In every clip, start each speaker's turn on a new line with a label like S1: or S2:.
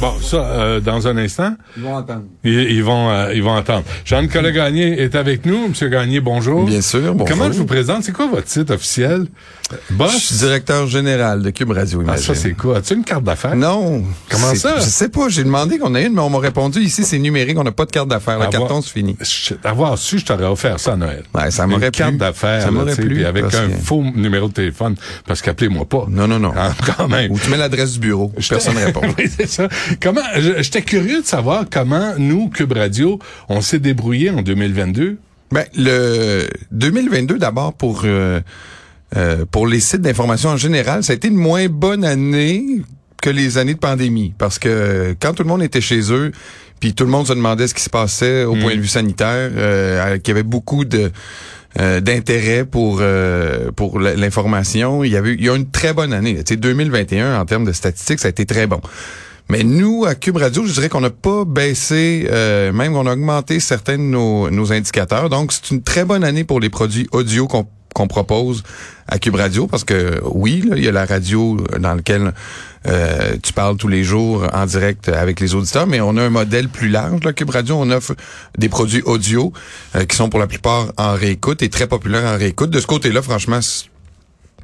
S1: Bon, ça, euh, dans un instant.
S2: Ils vont entendre.
S1: Ils, ils vont, euh, ils vont entendre. Jean-Nicolas Gagné est avec nous. Monsieur Gagné, bonjour.
S3: Bien sûr, bonjour.
S1: Comment je vous présente? C'est quoi votre site officiel?
S3: Je
S1: Boss?
S3: suis directeur général de Cube Radio,
S1: Ah,
S3: imagine.
S1: ça, c'est quoi? As-tu une carte d'affaires?
S3: Non.
S1: Comment
S3: C'est-
S1: ça?
S3: Je sais pas, j'ai demandé qu'on ait une, mais on m'a répondu, ici, c'est numérique, on n'a pas de carte d'affaires. Le
S1: Avoir-
S3: carton, c'est fini.
S1: Shit, Avoir su, je t'aurais offert ça à Noël.
S3: Ouais, ça
S1: Une
S3: m'aurait
S1: carte
S3: plu.
S1: d'affaires,
S3: Ça
S1: là,
S3: m'aurait
S1: tu sais,
S3: plu,
S1: puis avec
S3: parce
S1: un
S3: que-
S1: faux numéro de téléphone, parce qu'appelez-moi pas.
S3: Non, non, non.
S1: Ah, quand même.
S3: Ou tu mets l'adresse du bureau, personne ne répond.
S1: oui, c'est ça. Comment, je- j'étais curieux de savoir comment nous, Cube Radio, on s'est débrouillé en 2022.
S3: Ben, le 2022 d'abord pour euh, euh, pour les sites d'information en général, ça a été une moins bonne année que les années de pandémie parce que euh, quand tout le monde était chez eux, puis tout le monde se demandait ce qui se passait au point de vue sanitaire, euh, qu'il y avait beaucoup de euh, d'intérêt pour euh, pour l- l'information. Il y avait eu- il y a eu une très bonne année. là. Tu sais, 2021 en termes de statistiques, ça a été très bon. Mais nous, à Cube Radio, je dirais qu'on n'a pas baissé, euh, même qu'on a augmenté certains de nos, nos indicateurs. Donc, c'est une très bonne année pour les produits audio qu'on qu'on propose à Cube Radio parce que oui, là, il y a la radio dans laquelle euh, tu parles tous les jours en direct avec les auditeurs, mais on a un modèle plus large. Là, Cube Radio, on offre des produits audio euh, qui sont pour la plupart en réécoute et très populaires en réécoute. De ce côté-là, franchement, c'est-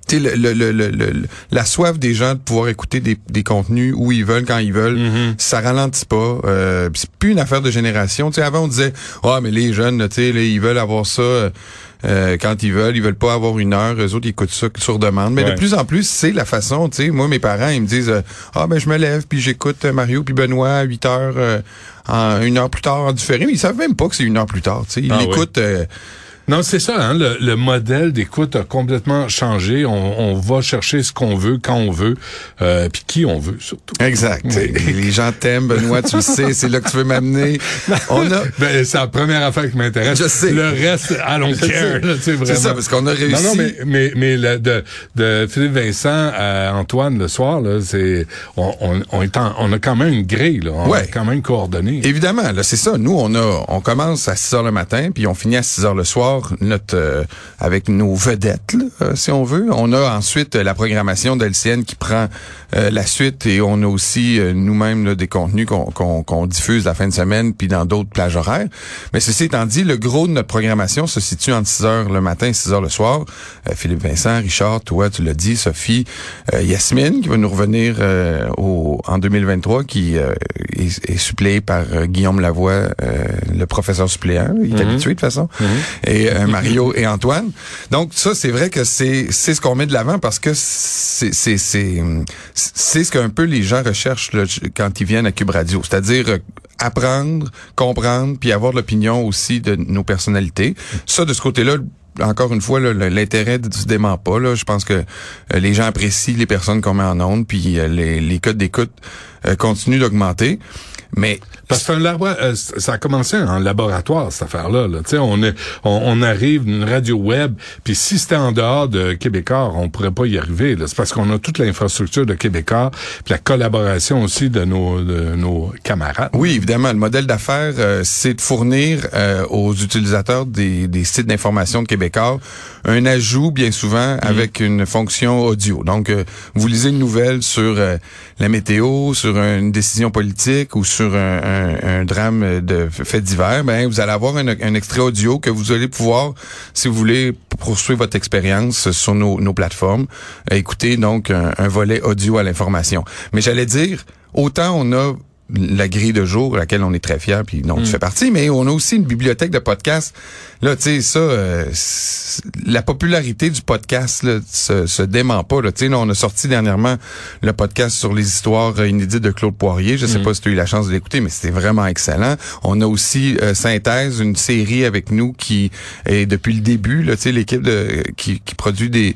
S3: tu sais, le, le- le- le- le- le- la soif des gens de pouvoir écouter des, des contenus où ils veulent, quand ils veulent,
S1: Mm-hmm.
S3: ça ralentit pas. Euh, pis c'est plus une affaire de génération. Tu sais, avant, on disait, ah, mais les jeunes, là, tu sais, là, ils veulent avoir ça euh, quand ils veulent. Ils veulent pas avoir une heure. Eux autres, ils écoutent ça sur demande. Mais
S1: Ouais.
S3: de plus en plus, c'est la façon, tu sais, moi, mes parents, ils me disent, euh, ah, ben, je me lève, puis j'écoute euh, Mario puis Benoît à 8 heures, euh, en, une heure plus tard en différé. Mais ils savent même pas que c'est une heure plus tard, tu sais. Ils
S1: Ah,
S3: l'écoutent... euh,
S1: Non, c'est ça, hein, le, le modèle d'écoute a complètement changé. On, on va chercher ce qu'on veut, quand on veut, euh, puis qui on veut, surtout.
S3: Exact. Et Les gens t'aiment, Benoît, tu le sais, c'est là que tu veux m'amener. On a
S1: Ben, c'est la première affaire qui m'intéresse.
S3: Je sais.
S1: Le reste, I don't
S3: Je
S1: care.
S3: sais.
S1: là, tu sais, vraiment.
S3: C'est ça, parce qu'on a réussi.
S1: Non, non, mais, mais, mais le- de, de Philippe Vincent à Antoine le soir, là, c'est, on, on, on est en- on a quand même une grille, là. On
S3: Ouais.
S1: est quand même coordonné.
S3: évidemment, là, c'est ça. Nous, on a, on commence à 6 heures le matin, puis on finit à 6 heures le soir, notre, euh, avec nos vedettes, là, euh, si on veut. On a ensuite euh, la programmation d'LCN qui prend euh, la suite, et on a aussi euh, nous-mêmes là, des contenus qu'on, qu'on, qu'on diffuse la fin de semaine, puis dans d'autres plages horaires. Mais ceci étant dit, le gros de notre programmation se situe entre 6 heures le matin et 6 heures le soir. Euh, Philippe Vincent, Richard, toi, tu l'as dit, Sophie, euh, Yasmine, qui va nous revenir euh, au, en 2023, qui euh, est, est suppléée par euh, Guillaume Lavoie, euh, le professeur suppléant. Il est habitué de toute façon. Et euh, Mario et Antoine. Donc ça, c'est vrai que c'est c'est ce qu'on met de l'avant parce que c'est c'est c'est c'est ce qu'un peu les gens recherchent là, quand ils viennent à Cube Radio. C'est-à-dire euh, apprendre, comprendre, puis avoir l'opinion aussi de nos personnalités. Ça, de ce côté-là, encore une fois, là, le- l'intérêt ne se dément pas. Là. Je pense que euh, les gens apprécient les personnes qu'on met en ondes, puis euh, les, les codes d'écoute euh, continuent d'augmenter. Mais
S1: Parce que c'est un labo- euh, c- ça a commencé en laboratoire cette affaire-là. Là. Tu sais, On, est, on, on arrive d'une radio web, puis si c'était en dehors de Québécois, on pourrait pas y arriver. là. C'est parce qu'on a toute l'infrastructure de Québécois, puis la collaboration aussi de nos, de nos camarades.
S3: Oui, évidemment. Le modèle d'affaires, euh, c'est de fournir euh, aux utilisateurs des, des sites d'information de Québécois un ajout, bien souvent, avec une fonction audio. Donc, euh, vous lisez une nouvelle sur euh, la météo, sur une décision politique ou sur un, un- un drame de fait divers, ben, vous allez avoir un, un extrait audio que vous allez pouvoir, si vous voulez, poursuivre votre expérience sur nos, nos plateformes, euh, écouter donc un, un volet audio à l'information. Mais j'allais dire, autant on a la grille de jour, laquelle on est très fier, puis dont tu fais partie, mais on a aussi une bibliothèque de podcasts. Là, tu sais, ça, euh, c'est- la popularité du podcast là, se, se dément pas. Là. Tu sais, là, on a sorti dernièrement le podcast sur les histoires euh, inédites de Claude Poirier. Je sais pas si tu as eu la chance de l'écouter, mais c'était vraiment excellent. On a aussi euh, Synthèse, une série avec nous qui est depuis le début. Là, tu sais, l'équipe de qui, qui produit des,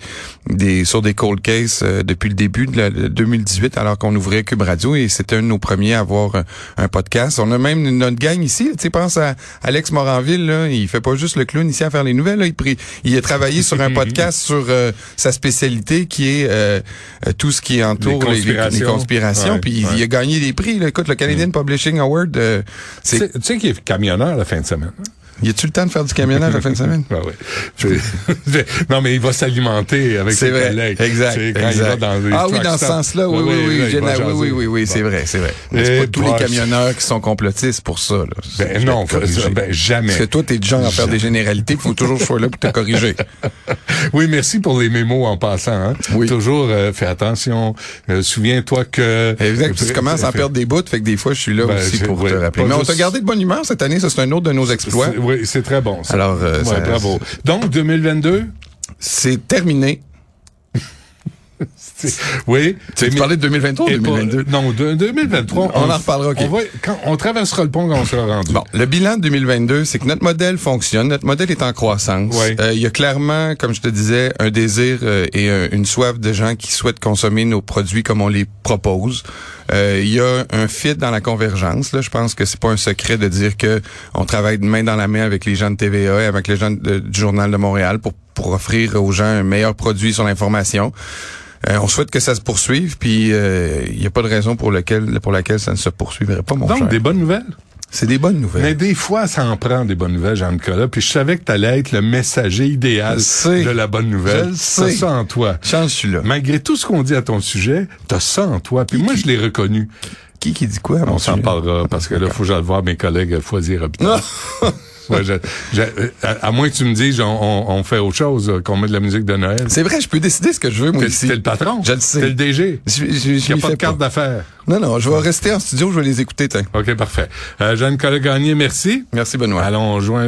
S3: des sur des cold cases euh, depuis le début de la- de 2018, alors qu'on ouvrait Cube Radio et c'était un de nos premiers à avoir euh, un podcast. On a même notre gang ici. Tu sais, pense à Alex Moranville. Là, il fait pas juste le clown ici à faire les nouvelles. Là, il, prie- il a travaillé sur un podcast sur euh, sa spécialité qui est euh, euh, tout ce qui entoure
S1: Les
S3: les- les- les
S1: conspirations.
S3: conspirations.
S1: Ouais,
S3: puis il-
S1: ouais. Mm.
S3: il a gagné des prix. Là. Écoute, le Canadian Publishing Award, euh,
S1: Tu
S3: c'est
S1: sais tu sais qu'il est camionneur la fin de semaine. hein?
S3: Y a-tu le temps de faire du camionnage la fin de semaine?
S1: Ah oui. C'est- non, mais il va s'alimenter avec
S3: C'est
S1: ses
S3: vrai.
S1: collègues.
S3: Exact.
S1: C'est quand il
S3: exact.
S1: va dans les
S3: ah oui,
S1: truck
S3: dans ce
S1: stops.
S3: sens-là, oui,
S1: Ah
S3: oui, oui,
S1: là, il
S3: Jenna,
S1: va
S3: oui,
S1: jaser.
S3: oui, oui, oui, c'est vrai, c'est vrai. Mais
S1: Et
S3: C'est pas tous
S1: proche.
S3: les camionneurs qui sont complotistes pour ça. Là.
S1: Ben
S3: Je
S1: non,
S3: vais te corriger.
S1: ça, ben jamais.
S3: Parce que toi, t'es du genre à faire des généralités, il faut toujours que je sois là pour te corriger.
S1: Oui, merci pour les mémos en passant. Hein.
S3: Oui.
S1: Toujours, euh, fais attention. Euh, Souviens-toi que...
S3: Exact. Puis tu commences à en perdre des bouts, fait que des fois, je suis là
S1: Ben,
S3: aussi
S1: c'est-
S3: pour
S1: ouais,
S3: te rappeler.
S1: pas
S3: Mais on
S1: juste-
S3: t'a gardé de bonne humeur cette année, ça c'est un autre de nos exploits.
S1: C'est- Oui, c'est très bon. Ça.
S3: Alors, euh,
S1: Ouais,
S3: ça-
S1: bravo. Donc, 2022,
S3: C'est terminé.
S1: c'est- oui.
S3: Tu sais, tu
S1: mais-
S3: parlais de 2023 ou
S1: et pas-
S3: 2022?
S1: non, de- 2023.
S3: On en reparlera, OK.
S1: On, va- quand, on traversera le pont quand on sera rendu.
S3: Bon, le bilan de 2022, c'est que notre modèle fonctionne, notre modèle est en croissance.
S1: Ouais.
S3: Euh, il y a clairement, comme je te disais, un désir euh, et un- une soif de gens qui souhaitent consommer nos produits comme on les propose. Euh, il y a un fit dans la convergence. Là, je pense que c'est pas un secret de dire que on travaille de main dans la main avec les gens de TVA, et avec les gens de- du Journal de Montréal pour pour offrir aux gens un meilleur produit sur l'information. Euh, on souhaite que ça se poursuive, puis euh, il n'y a pas de raison pour lequel pour laquelle ça ne se poursuivrait pas, mon
S1: Donc,
S3: cher. Euh.
S1: des bonnes nouvelles.
S3: C'est des bonnes nouvelles.
S1: Mais des fois, ça en prend des bonnes nouvelles, Jean-Nicolas. Puis je savais que tu allais être le messager idéal
S3: Je sais.
S1: de la bonne nouvelle.
S3: Je le
S1: C'est
S3: sais.
S1: ça en toi.
S3: Chance, je suis là.
S1: Malgré tout ce qu'on dit à ton sujet, t'as ça en toi. Puis moi, je l'ai reconnu.
S3: Qui qui dit quoi? à mon
S1: On s'en
S3: sujet?
S1: parlera parce que là, faut que j'aille voir mes collègues euh, Foisy Robitaille.
S3: Ah!
S1: Ouais, je- je- euh, à, à moins que tu me dises, on, on- on fait autre chose, euh, qu'on met de la musique de Noël.
S3: C'est vrai, je peux décider ce que je veux, moi,
S1: T'es
S3: ici.
S1: t'es le patron.
S3: Je le sais.
S1: T'es le DG.
S3: Je, je, je
S1: Il n'y
S3: m'y
S1: a pas de
S3: fais
S1: carte
S3: pas.
S1: d'affaires.
S3: Non, non, je vais rester en studio, je vais les écouter, tiens.
S1: OK, parfait. Euh, Jeanne Collet Gagné, merci.
S3: Merci, Benoît.
S1: Allons joindre